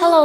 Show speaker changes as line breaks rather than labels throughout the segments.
Hello，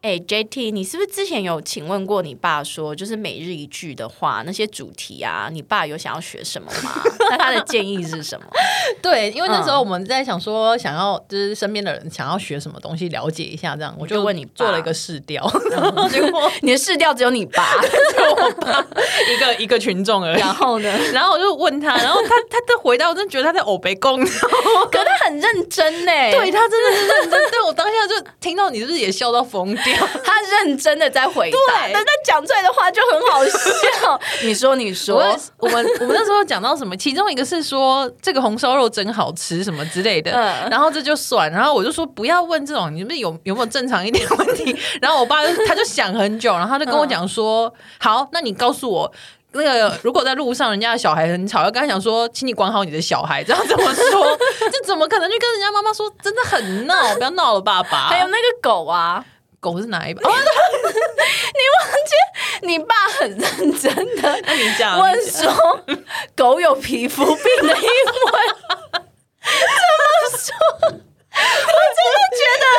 哎、j t 你是不是之前有请问过你爸说，就是每日一句的话，那些主题啊，你爸有想要学什么 吗？那他的建议是 什么？
对，因为那时
嗯
候我们在想说，想要就是身边的人想要学什么东西，了解一下这样，我
就问你爸
做了一个试调，结果
你的试调只有你爸，
一个 一个群众而 已。
然后呢？
然后我就问他，然后他他的回答，我真的觉得他在欧北贡。
可他很认真呢，
对，他真的是认真，对我当下就听到你是不是也笑到疯掉？
他认真的在回答，
对
但他讲出来的话就很好笑。 你说，你说
我，我们我们那时候讲到什么，其中一个是说这个红烧肉真好吃什么之类的，
嗯
然后这就算，然后我就说不要问这种，你们有有没有正常一点问题？然后我爸就他就想很久，然后他就跟我
嗯
讲说，好，那你告诉我。那个，如果在路上人家的小孩很吵，要跟他讲说，请你管好你的小孩，这样怎么说？ 这怎么可能去跟人家妈妈说？真的很闹，不要闹了，爸爸。
还有那个狗啊，
狗是哪一把？哦，
你爸很认真 的
那你讲，
问说， 狗有皮肤病的英文。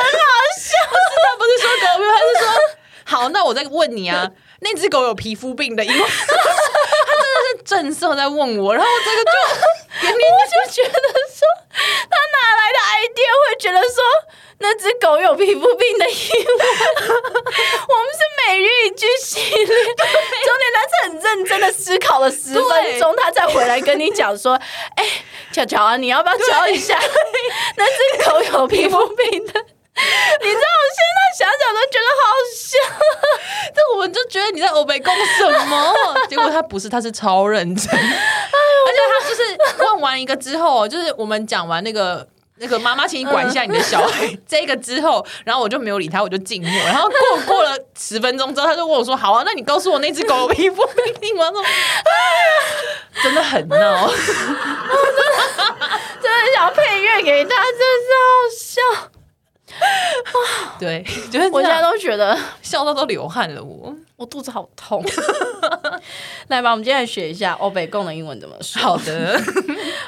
他不是说狗有病，他是说 好，那我再问你啊，那只狗有皮肤病的，因为 他真的是正色在问我，然后我这个就 眼里
我就觉得说，他哪来的 idea 会觉得说那只狗有皮肤病的英文？我们是每日一句系列，重点他是很认真的思考了十分钟，他才回来跟你讲说， 哎、巧巧啊，你要不要教一下那只狗有皮肤病的？你知道我现在想想都觉得好笑。
这我们就觉得你在欧北共什么？结果他不是，他是超认真，而且他就是问完一个之后，就是我们讲完那个。那个妈妈，请你管一下你的小孩。这个之后，然后我就没有理他，我就静默。然后过过了十分钟之后，他就问我说：“好啊，那你告诉我那只狗有皮肤病吗？”我说：“真的很闹。”
真的想配乐给他，真是好笑！
对， 就是
我
我
现
现
在
在都
都觉得
笑到都流汗了我。
我肚子好痛。 来吧，我们今天来学一下欧北共的英文怎么说。
好的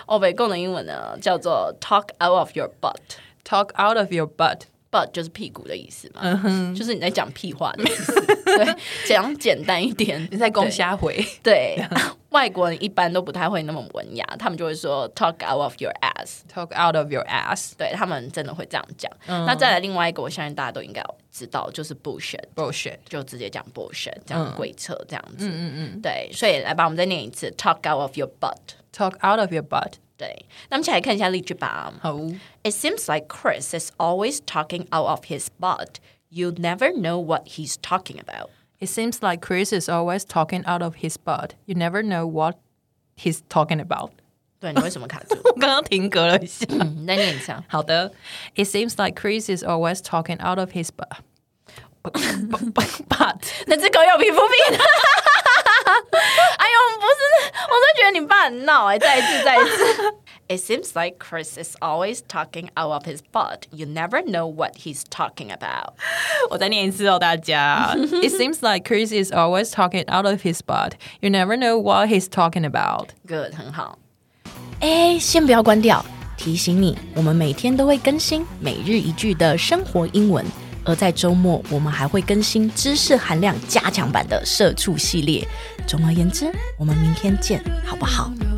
欧北共的英文呢叫做 talk out of your butt，butt
，talk out of your butt。
就是屁股的意思嘛，
嗯
就是你在讲屁话的意思。对，讲简单一点，
你在攻虾回，
对。对，外国人一般都不太会那么文雅，他们就会说 talk out of your ass。
talk out of your ass
对他们真的会这样讲。
嗯
那再来另外一个，我相信大家都应该知道，就是 bullshit。
bullshit。
就直接讲 bullshit，这样鬼扯这样子。嗯嗯嗯，对，所以来吧，我们再念一次，talk out of your butt。
Talk out of your butt。
对，那我们一起来看一下例句吧。
好，
It seems like Chris is always talking out of his butt. You never know what he's talking about.
It seems like Chris is always talking out of his butt. You never know what he's talking about.
对，你为什么卡住？
我刚刚停格了一下。
你再念一下。
好的，It seems like Chris is always talking out of his butt. But
那只狗有皮肤病。 哎呦，不是，我都觉得你爸很闹哎、再一次，再 一次。It seems like Chris is always talking out of his butt. You never know what he's talking about.
我再念一次哦，大家。It seems like Chris is always talking out of his butt. You never know what he's talking about.
Good，很好。哎，先不要关掉，提醒你，我们每天都会更新每日一句的生活英文，而在周末我们还会更新知识含量加强版的社畜系列。总而言之，我们明天见，好不好？
No,